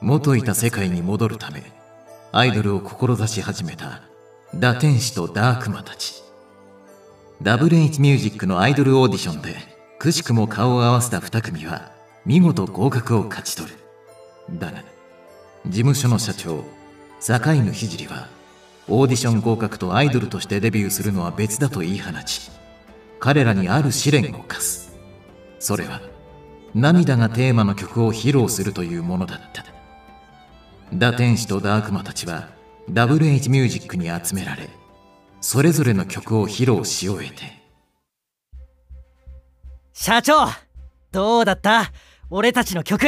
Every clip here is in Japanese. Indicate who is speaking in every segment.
Speaker 1: 元いた世界に戻るためアイドルを志し始めた打天使とダークマたち WH ミュージックのアイドルオーディションでくしくも顔を合わせた2組は見事合格を勝ち取るだが事務所の社長坂井聖はオーディション合格とアイドルとしてデビューするのは別だと言い放ち彼らにある試練を課すそれは涙がテーマの曲を披露するというものだった打天使とダークマたちは WH ミュージックに集められそれぞれの曲を披露し終えて
Speaker 2: 社長どうだった俺たちの曲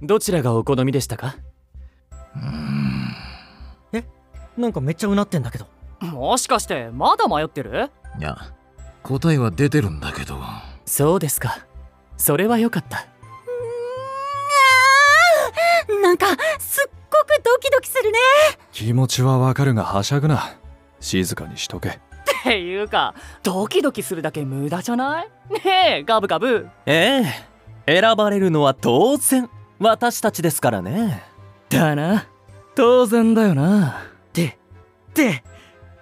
Speaker 3: どちらがお好みでしたか
Speaker 2: えなんかめっちゃうなってんだけど
Speaker 4: もしかしてまだ迷ってる
Speaker 1: いや答えは出てるんだけど
Speaker 3: そうですかそれは良かった
Speaker 5: なんかすっごくドキドキするね
Speaker 6: 気持ちはわかるがはしゃぐな静かにしとけ
Speaker 4: っていうかドキドキするだけ無駄じゃないねえガブガブ
Speaker 3: ええ選ばれるのは当然私たちですからね
Speaker 2: だな当然だよなってって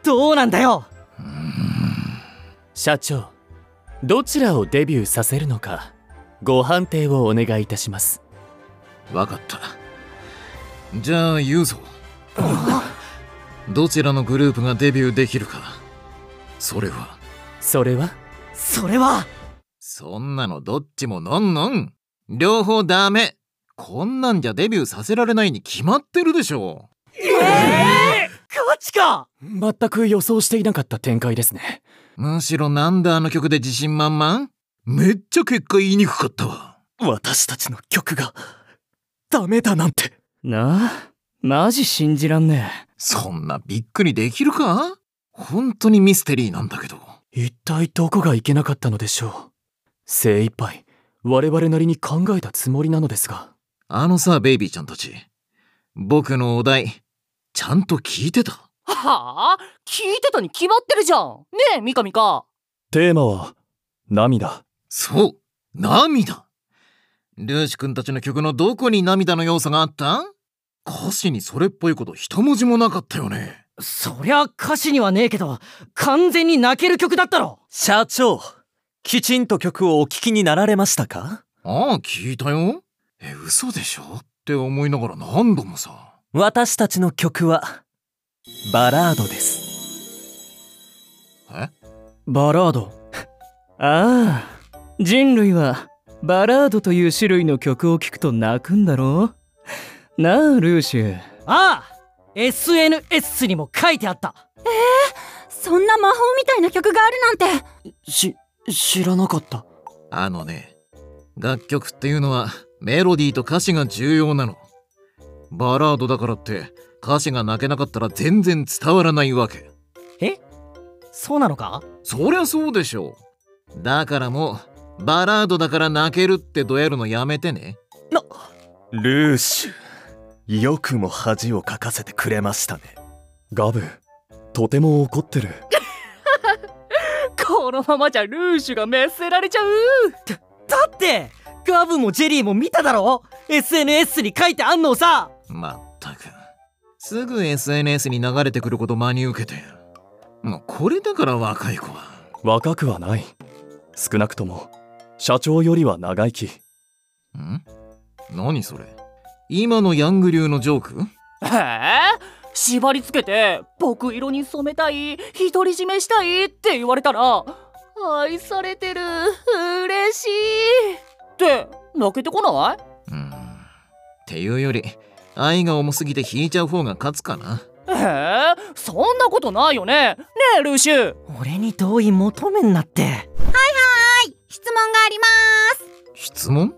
Speaker 2: どうなんだよ
Speaker 3: 社長どちらをデビューさせるのかご判定をお願いいたします
Speaker 1: わかったじゃあ言うぞどちらのグループがデビューできるかそれは
Speaker 3: それは
Speaker 2: それは
Speaker 1: そんなのどっちものんのん両方ダメこんなんじゃデビューさせられないに決まってるでしょ
Speaker 2: ええガチか
Speaker 3: 全く予想していなかった展開ですね
Speaker 1: むしろなんであの曲で自信満々めっちゃ結果言いにくかったわ
Speaker 3: 私たちの曲がダメだなんて
Speaker 2: なあマジ信じらんねえ
Speaker 1: そんなびっくりできるか本当にミステリーなんだけど
Speaker 3: 一体どこがいけなかったのでしょう精一杯我々なりに考えたつもりなのですが
Speaker 1: あのさベイビーちゃんたち僕のお題ちゃんと聞いてた
Speaker 4: はあ聞いてたに決まってるじゃんねえミカミカ
Speaker 6: テーマは涙
Speaker 1: そう涙ルーシュ君たちの曲のどこに涙の要素があった歌詞にそれっぽいこと一文字もなかったよね
Speaker 2: そりゃ歌詞にはねえけど完全に泣ける曲だったろ
Speaker 3: 社長きちんと曲をお聞きになられましたか
Speaker 1: ああ聞いたよえ嘘でしょって思いながら何度もさ
Speaker 3: 私たちの曲はバラードです
Speaker 1: え
Speaker 2: バラード ああ人類はバラードという種類の曲を聴くと泣くんだろうなあルーシュああ SNS にも書いてあった
Speaker 5: そんな魔法みたいな曲があるなんて
Speaker 3: し知らなかった
Speaker 1: あのね楽曲っていうのはメロディーと歌詞が重要なのバラードだからって歌詞が泣けなかったら全然伝わらないわけ
Speaker 2: えそうなのか
Speaker 1: そりゃそうでしょうだからもうバラードだから泣けるってどやるのやめてね
Speaker 3: なルーシュよくも恥をかかせてくれましたね
Speaker 6: ガブとても怒ってる
Speaker 4: このままじゃルーシュが滅せられちゃう
Speaker 2: だってガブもジェリーも見ただろ SNS に書いてあんのをさ
Speaker 1: まったくすぐ SNS に流れてくること真に受けてもうこれだから若い子は
Speaker 6: 若くはない少なくとも社長よりは長生き
Speaker 1: ん何それ今のヤング流のジョーク
Speaker 4: ええ縛りつけて僕色に染めたい独り占めしたいって言われたら愛されてる嬉しいって泣けてこな
Speaker 1: うーんっていうより愛が重すぎて引いちゃう方が勝つかない
Speaker 4: ええそんなことないよねねえルーシュ
Speaker 2: 俺に同意求めんなって
Speaker 5: はい質問があります
Speaker 1: 質問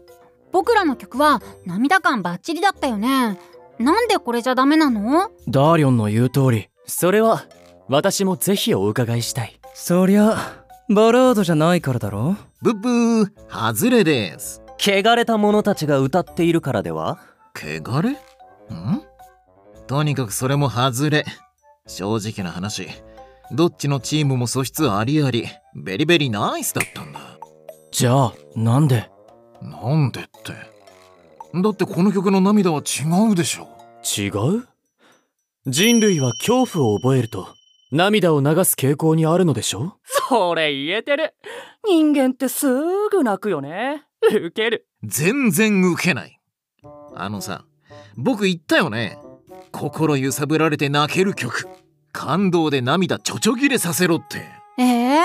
Speaker 5: 僕らの曲は涙感バッチリだったよねなんでこれじゃダメなの
Speaker 7: ダーリョンの言う通り
Speaker 3: それは私もぜひお伺いしたい
Speaker 7: そりゃバラードじゃないからだろ
Speaker 1: ブッブー外れです
Speaker 3: 汚れた者たちが歌っているからでは
Speaker 1: 汚れんとにかくそれも外れ正直な話どっちのチームも素質ありありベリベリナイスだったんだ
Speaker 7: じゃあなんで
Speaker 1: なんでってだってこの曲の涙は違うでしょ
Speaker 8: 違う人類は恐怖を覚えると涙を流す傾向にあるのでしょ
Speaker 4: それ言えてる人間ってすぐ泣くよねウケる
Speaker 1: 全然ウケないあのさ僕言ったよね心揺さぶられて泣ける曲感動で涙ちょちょぎれさせろって
Speaker 5: ええ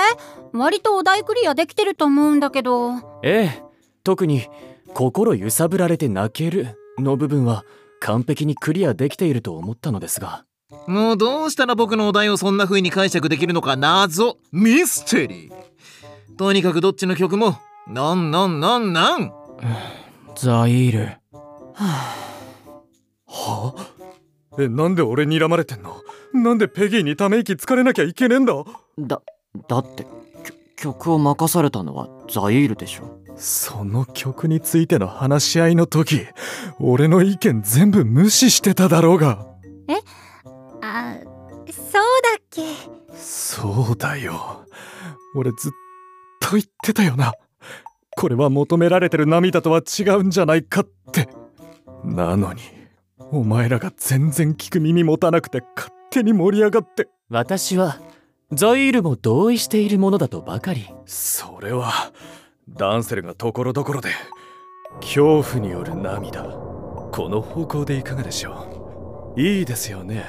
Speaker 5: 割とお題クリアできてると思うんだけど
Speaker 8: ええ特に心揺さぶられて泣けるの部分は完璧にクリアできていると思ったのですが
Speaker 1: もうどうしたら僕のお題をそんな風に解釈できるのか謎ミステリーとにかくどっちの曲もなんなんなんなん
Speaker 2: ザイール
Speaker 3: はあえなんで俺に睨まれてんのなんでペギーにため息つかれなきゃいけねえんだ
Speaker 9: だだってき曲を任されたのはザイールでしょ
Speaker 3: その曲についての話し合いの時俺の意見全部無視してただろうが
Speaker 5: あそうだっけ
Speaker 3: そうだよ俺ずっと言ってたよなこれは求められてる涙とは違うんじゃないかってなのにお前らが全然聞く耳持たなくて勝手に盛り上がって
Speaker 8: 私はザイールも同意しているものだとばかり
Speaker 3: それはダンセルがところどころで恐怖による涙この方向でいかがでしょういいですよね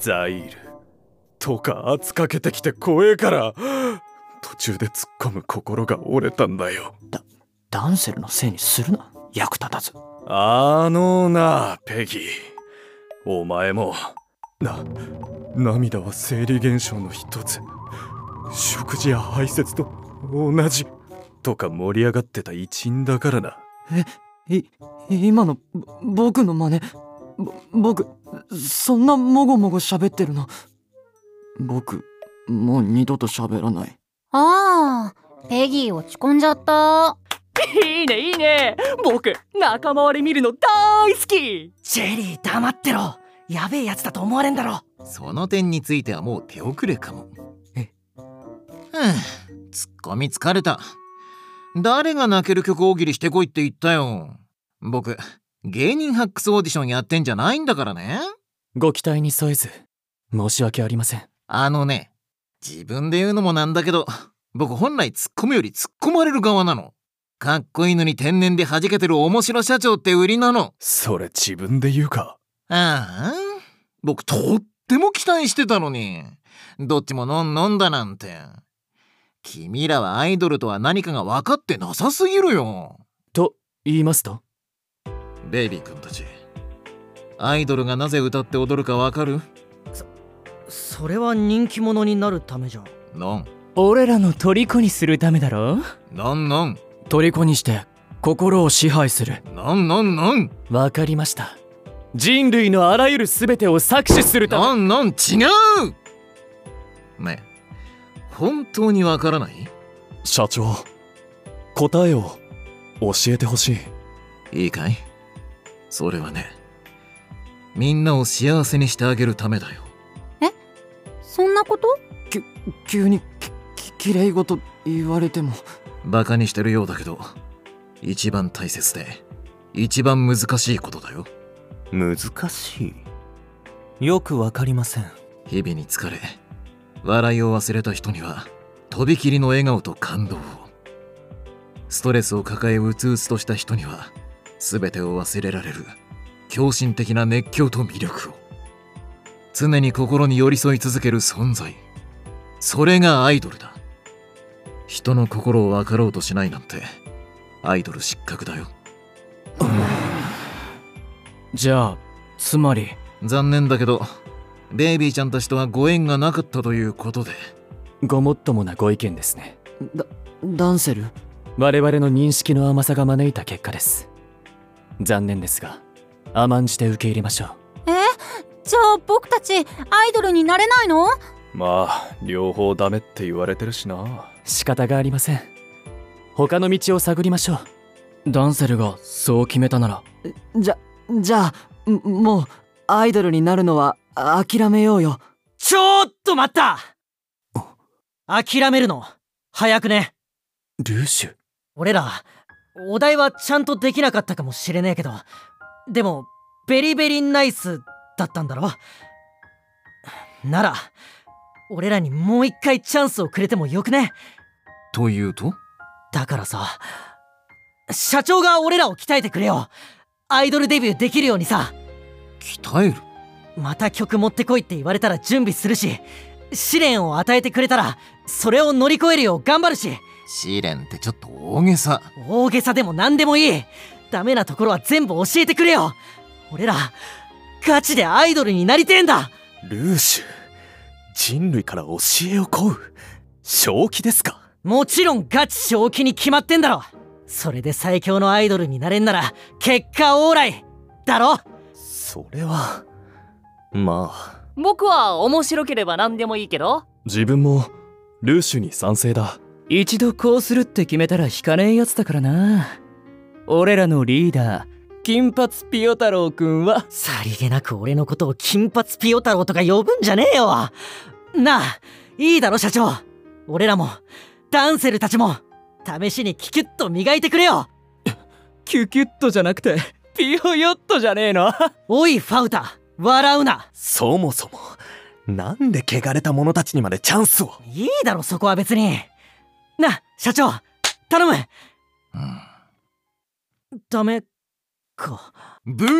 Speaker 3: ザイールとか圧かけてきて怖えから途中で突っ込む心が折れたんだよ
Speaker 9: ダンセルのせいにするな役立たず
Speaker 3: あのなペギーお前もな涙は生理現象の一つ食事や排泄と同じとか盛り上がってた一員だからない
Speaker 9: 今のぼ僕の真似ぼ僕そんなもごもご喋ってるの僕もう二度と喋らない
Speaker 5: ああペギー落ち込んじゃった
Speaker 4: いいねいいね僕仲間割れ見るの大好き
Speaker 9: ジェリー黙ってろやべえやつだと思われんだろ
Speaker 1: その点についてはもう手遅れかも
Speaker 9: え
Speaker 1: ふうツッコミ疲れた誰が泣ける曲大喜利してこいって言ったよ僕芸人発掘オーディションやってんじゃないんだからね
Speaker 8: ご期待に添えず申し訳ありません
Speaker 1: あのね自分で言うのもなんだけど僕本来ツッコむよりツッコまれる側なのかっこいいのに天然で弾けてる面白社長って売りなの
Speaker 3: それ自分で言うか
Speaker 1: ああ僕とっても期待してたのにどっちものんのんだなんて君らはアイドルとは何かが分かってなさすぎるよ
Speaker 8: と言いますと
Speaker 1: ベイビー君たちアイドルがなぜ歌って踊るか分かる
Speaker 2: それは人気者になるためじゃ
Speaker 1: のん
Speaker 10: 俺らの虜にするためだろ
Speaker 1: のんのん
Speaker 2: 虜にして心を支配する
Speaker 1: のんのんのん
Speaker 8: わかりました人類のあらゆる全てを搾取するため
Speaker 1: なんなん違うねえ本当にわからない
Speaker 3: 社長答えを教えてほしい
Speaker 1: いいかいそれはねみんなを幸せにしてあげるためだよ
Speaker 5: そんなこと
Speaker 9: 急にききれいごと言われても
Speaker 1: バカにしてるようだけど一番大切で一番難しいことだよ
Speaker 11: 難しいよくわかりません
Speaker 1: 日々に疲れ笑いを忘れた人にはとびきりの笑顔と感動をストレスを抱えうつうつとした人には全てを忘れられる狂心的な熱狂と魅力を常に心に寄り添い続ける存在それがアイドルだ人の心を分かろうとしないなんてアイドル失格だよ
Speaker 2: じゃあつまり
Speaker 1: 残念だけどベイビーちゃんたちとはご縁がなかったということで
Speaker 8: ごもっともなご意見ですね
Speaker 9: だダンセル
Speaker 8: 我々の認識の甘さが招いた結果です残念ですが甘んじて受け入れましょう
Speaker 5: じゃあ僕たちアイドルになれないの
Speaker 3: まあ両方ダメって言われてるしな
Speaker 8: 仕方がありません他の道を探りましょう
Speaker 2: ダンセルがそう決めたなら
Speaker 9: じゃじゃあんもうアイドルになるのは諦めようよ
Speaker 10: ちょっと待った諦めるの早くね
Speaker 8: ルーシュ
Speaker 10: 俺ら
Speaker 2: お題はちゃんとできなかったかもしれねえけどでもベリベリナイスだったんだろなら俺らにもう一回チャンスをくれてもよくね
Speaker 1: というと
Speaker 2: だからさ社長が俺らを鍛えてくれよアイドルデビューできるようにさ
Speaker 1: 鍛える
Speaker 2: また曲持ってこいって言われたら準備するし試練を与えてくれたらそれを乗り越えるよう頑張るし
Speaker 1: 試練ってちょっと大げさ
Speaker 2: 大げさでも何でもいいダメなところは全部教えてくれよ俺らガチでアイドルになりてえんだ
Speaker 3: ルーシュ人類から教えを請う正気ですか
Speaker 2: もちろんガチ正気に決まってんだろそれで最強のアイドルになれんなら結果オーライだろ
Speaker 3: それはまあ
Speaker 4: 僕は面白ければ何でもいいけど
Speaker 3: 自分もルーシュに賛成だ
Speaker 10: 一度こうするって決めたら引かねえやつだからな俺らのリーダー金髪ピヨ太郎くんは
Speaker 2: さりげなく俺のことを金髪ピヨ太郎とか呼ぶんじゃねえよなあいいだろ社長俺らもダンセルたちも試しにキュキュッと磨いてくれよ
Speaker 10: キュキュッとじゃなくてピヨヨッとじゃねえの
Speaker 2: おいファウタ笑うな
Speaker 3: そもそもなんで汚れた者たちにまでチャンスを
Speaker 2: いいだろそこは別にな社長頼む、うん、ダメか
Speaker 12: ブラ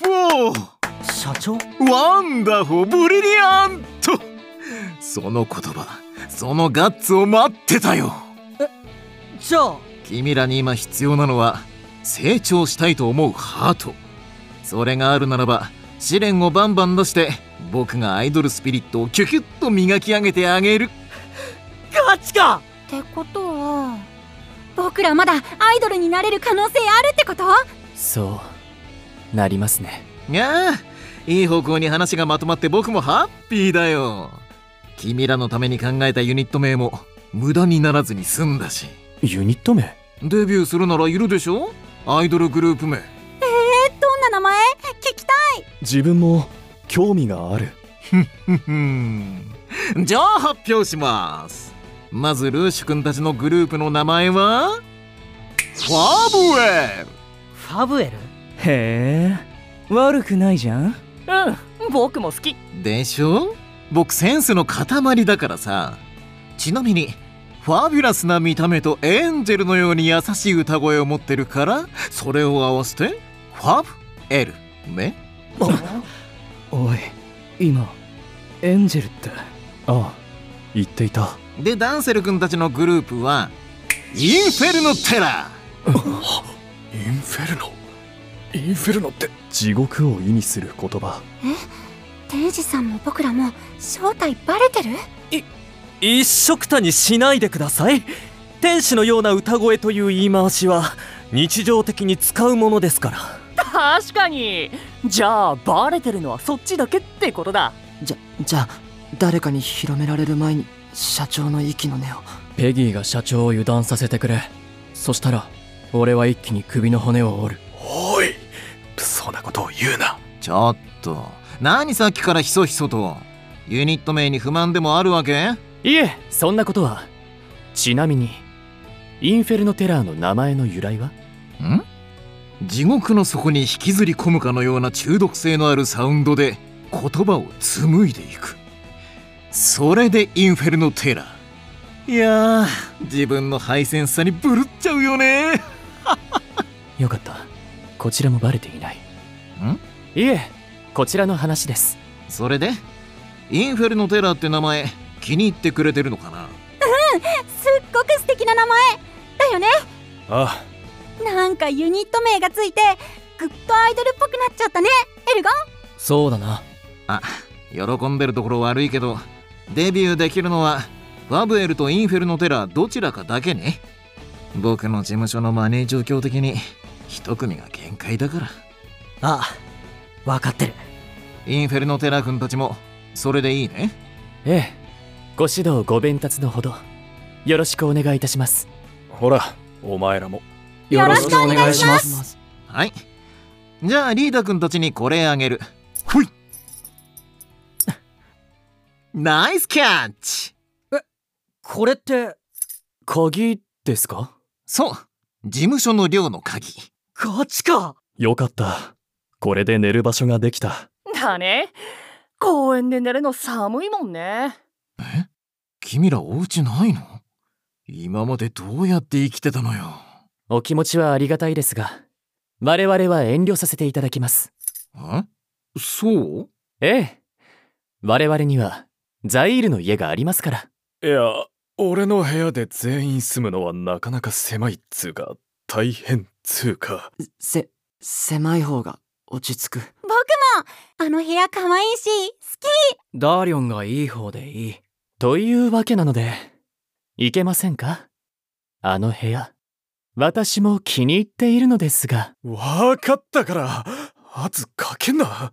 Speaker 12: ボー
Speaker 2: 社長
Speaker 12: ワンダホーブリリアント
Speaker 1: その言葉そのガッツを待ってたよ
Speaker 2: えじゃあ
Speaker 1: 君らに今必要なのは成長したいと思うハートそれがあるならば試練をバンバン出して僕がアイドルスピリットをキュキュッと磨き上げてあげる
Speaker 2: ガチか
Speaker 5: ってことは僕らまだアイドルになれる可能性あるってこと
Speaker 8: そうなりますね
Speaker 1: いやいい方向に話がまとまって僕もハッピーだよ君らのために考えたユニット名も無駄にならずに済んだし
Speaker 8: ユニット名
Speaker 1: デビューするならいるでしょアイドルグループ名え
Speaker 5: ー、どんな名前聞きたい
Speaker 3: 自分も興味がある
Speaker 1: じゃあ発表しますまずルーシュ君たちのグループの名前はファブエル
Speaker 2: ファブエル
Speaker 10: へえ悪くないじゃん
Speaker 4: うん僕も好き
Speaker 1: でしょ僕センスの塊だからさちなみにファビュラスな見た目とエンジェルのように優しい歌声を持ってるからそれを合わせてファブエルね
Speaker 10: おい今エンジェルって
Speaker 3: ああ言っていた
Speaker 1: でダンセル君たちのグループはインフェルノテラー
Speaker 3: インフェルノインフェルノって地獄を意味する言葉
Speaker 5: え天使さんも僕らも正体バレてる
Speaker 11: い一緒くたにしないでください天使のような歌声という言い回しは日常的に使うものですから
Speaker 4: 確かにじゃあバレてるのはそっちだけってことだ
Speaker 13: じゃじゃあ誰かに広められる前に社長の息の根を
Speaker 8: ペギーが社長を油断させてくれそしたら俺は一気に首の骨を折る
Speaker 3: おいそんなことを言うな
Speaker 1: ちょっと何さっきからひそひそとユニット名に不満でもあるわけ
Speaker 8: いえそんなことはちなみにインフェルノテラーの名前の由来は
Speaker 1: ん地獄の底に引きずり込むかのような中毒性のあるサウンドで言葉を紡いでいくそれでインフェルノテラーいや自分の敗戦さにぶるっちゃうよね
Speaker 8: よかったこちらもバレていない
Speaker 1: ん
Speaker 8: いえこちらの話です
Speaker 1: それでインフェルノテラーって名前気に入ってくれてるのかな
Speaker 5: うんすっごく素敵な名前だよね
Speaker 3: あ
Speaker 5: あなんかユニット名がついてグッとアイドルっぽくなっちゃったねエルゴン
Speaker 8: そうだな
Speaker 1: あ喜んでるところ悪いけどデビューできるのはファブエルとインフェルノテラーどちらかだけね僕の事務所のマネー状況的に一組が限界だから
Speaker 2: ああ分かってる
Speaker 1: インフェルノテラ君たちもそれでいいね
Speaker 8: ええご指導ご鞭達のほどよろしくお願いいたします
Speaker 3: ほらお前らも
Speaker 5: よろしくお願いします
Speaker 1: はいじゃあリーダー君たちにこれあげるほいナイスキャッチ
Speaker 2: えこれって
Speaker 8: 鍵ですか
Speaker 1: そう事務所の寮の鍵
Speaker 2: ガチか
Speaker 3: よかった。これで寝る場所ができた。
Speaker 4: だね公園で寝るの寒いもんね
Speaker 1: 君らお家ないの今までどうやって生きてたのよ
Speaker 8: お気持ちはありがたいですが我々は遠慮させていただきます
Speaker 1: んそう
Speaker 8: ええ我々にはザイールの家がありますから
Speaker 3: いや、俺の部屋で全員住むのはなかなか狭いっつうか、大変っつうか。
Speaker 13: せ、狭い方が落ち着く。
Speaker 5: 僕もあの部屋可愛いし好
Speaker 8: ダーリョンがいい方でいいというわけなのでいけませんかあの部屋私も気に入っているのですが
Speaker 3: わかったから、圧かけんな。は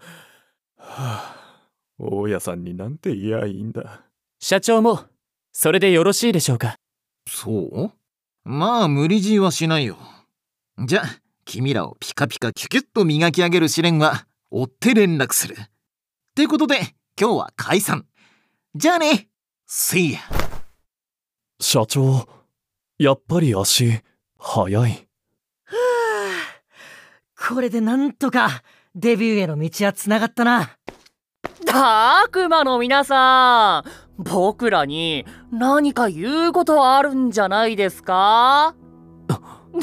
Speaker 3: あ、大家さんになんて言やいいんだ。
Speaker 8: 社長もそれでよろしいでしょうか
Speaker 1: そうまあ無理強いはしないよじゃあ君らをピカピカキュキュッと磨き上げる試練は追って連絡するってことで今日は解散じゃあね See ya
Speaker 3: 社長、やっぱり足、早い。
Speaker 2: これでなんとかデビューへの道は繋がったな
Speaker 4: ダークマの皆さん僕らに何か言うことあるんじゃないですか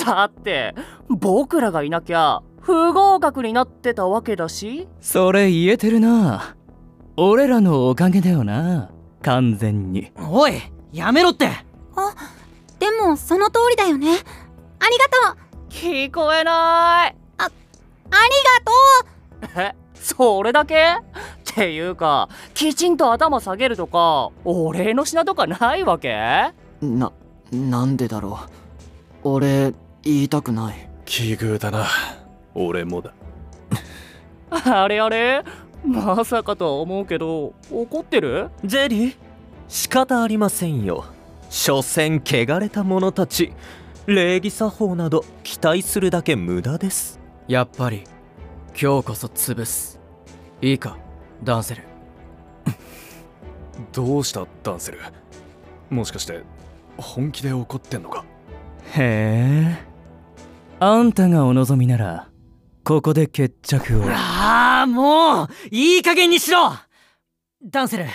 Speaker 4: だって僕らがいなきゃ不合格になってたわけだし
Speaker 10: それ言えてるな俺らのおかげだよな完全に
Speaker 2: おいやめろって
Speaker 5: きでもその通りだよねありがとう
Speaker 4: 聞こえない
Speaker 5: あありがとう
Speaker 4: えそれだけっていうかきちんと頭下げるとかお礼の品とかないわけ
Speaker 13: な、なんでだろう。俺、言いたくない。
Speaker 3: 奇遇だな。俺もだ。
Speaker 4: あれあれまさかとは思うけど怒ってる
Speaker 11: ジェリー仕方ありませんよ所詮汚れた者たち礼儀作法など期待するだけ無駄です
Speaker 14: やっぱり今日こそ潰すいいかダンセル
Speaker 3: どうしたダンセルもしかして本気で怒ってんのか
Speaker 10: へえあんたがお望みならここで決着を
Speaker 2: ああもういい加減にしろダンセル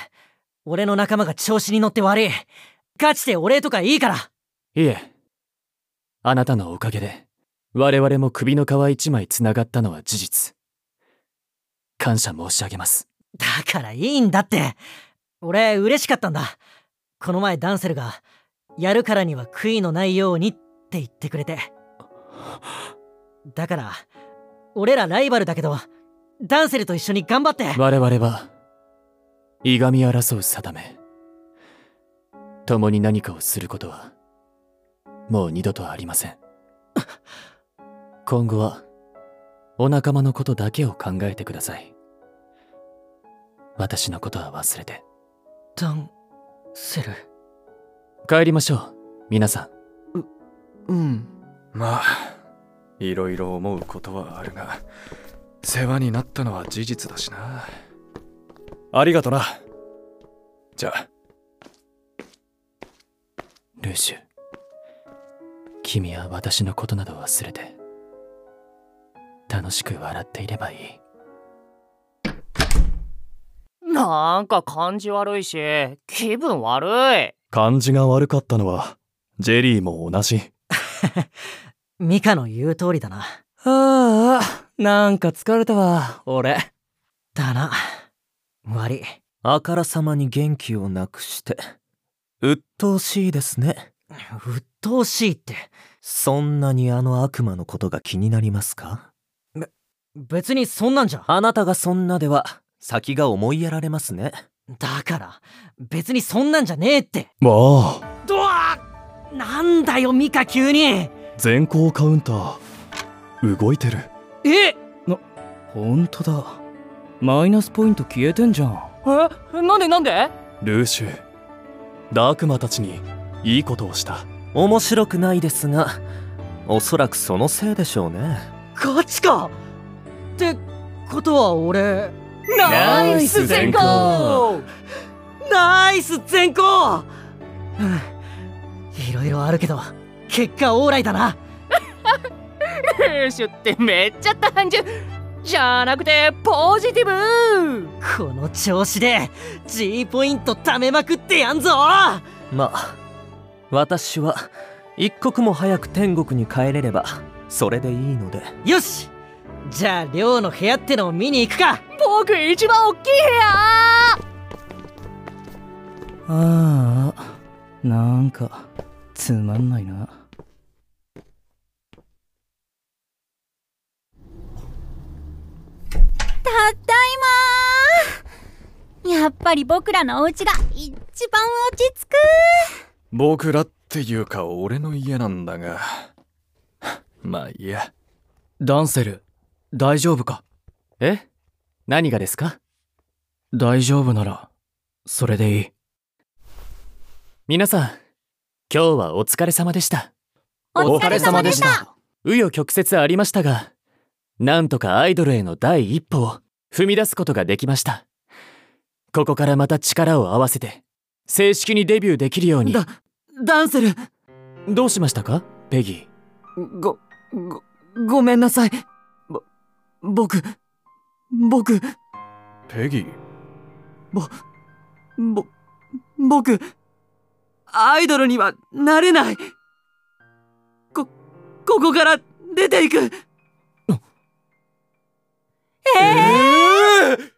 Speaker 2: 俺の仲間が調子に乗って悪いガチでお礼とかいいから
Speaker 8: いえあなたのおかげで我々も首の皮一枚つながったのは事実感謝申し上げます
Speaker 2: だからいいんだって俺嬉しかったんだこの前ダンセルがやるからには悔いのないようにって言ってくれてだから俺らライバルだけどダンセルと一緒に頑張って
Speaker 8: 我々はいがみ争う定め共に何かをすることはもう二度とありません今後はお仲間のことだけを考えてください私のことは忘れて
Speaker 2: ダンセル
Speaker 8: 帰りましょう皆さ
Speaker 13: んうん
Speaker 3: まあいろいろ思うことはあるが世話になったのは事実だしなありがとなじゃあ
Speaker 8: ルーシュ君は私のことなど忘れて楽しく笑っていればいい
Speaker 4: なんか感じ悪いし気分悪い
Speaker 3: 感じが悪かったのはジェリーも同じ
Speaker 2: ミカの言う通りだな
Speaker 10: ああなんか疲れたわ
Speaker 2: 俺だな悪い
Speaker 11: あからさまに元気をなくして鬱陶しいですね
Speaker 2: 鬱陶しいって
Speaker 11: そんなにあの悪魔のことが気になりますか
Speaker 2: 別にそんなんじゃ
Speaker 11: あなたがそんなでは先が思いやられますね
Speaker 2: だから別にそんなんじゃねえって
Speaker 3: わあ
Speaker 2: ドアなんだよミカ急に
Speaker 3: 全校カウンター動いてる
Speaker 2: え
Speaker 10: 本当だマイナスポイント消えてんじゃん
Speaker 4: えなんでなんで
Speaker 3: ルーシュダークマたちにいいことをした
Speaker 11: 面白くないですがおそらくそのせいでしょうね
Speaker 2: ガチかってことは俺
Speaker 11: ナイス全校
Speaker 2: ナイス全校うんいろいろあるけど結果オーライだな
Speaker 4: ルーシュってめっちゃ単純じゃなくてポジティブ
Speaker 2: この調子で G ポイント貯めまくってやんぞ
Speaker 11: まあ私は一刻も早く天国に帰れればそれでいいので
Speaker 2: よしじゃあ寮の部屋ってのを見に行くか
Speaker 4: 僕一番大きい
Speaker 10: ああなんかつまんないな
Speaker 5: ただいまーやっぱり僕らのお家が一番落ち着く
Speaker 3: 僕らっていうか俺の家なんだが まあいいや
Speaker 14: ダンセル大丈夫か
Speaker 8: え何がですか
Speaker 14: 大丈夫ならそれでいい
Speaker 8: 皆さん今日はお疲れ様でした
Speaker 5: お疲れ様でした
Speaker 8: 紆余曲折ありましたがなんとかアイドルへの第一歩を踏み出すことができましたここからまた力を合わせて正式にデビューできるように
Speaker 13: だダンセル
Speaker 8: どうしましたかペギ
Speaker 13: ごごごめんなさいぼ僕僕
Speaker 3: ペギ
Speaker 13: ぼぼ僕アイドルにはなれないこここから出ていく
Speaker 5: ええー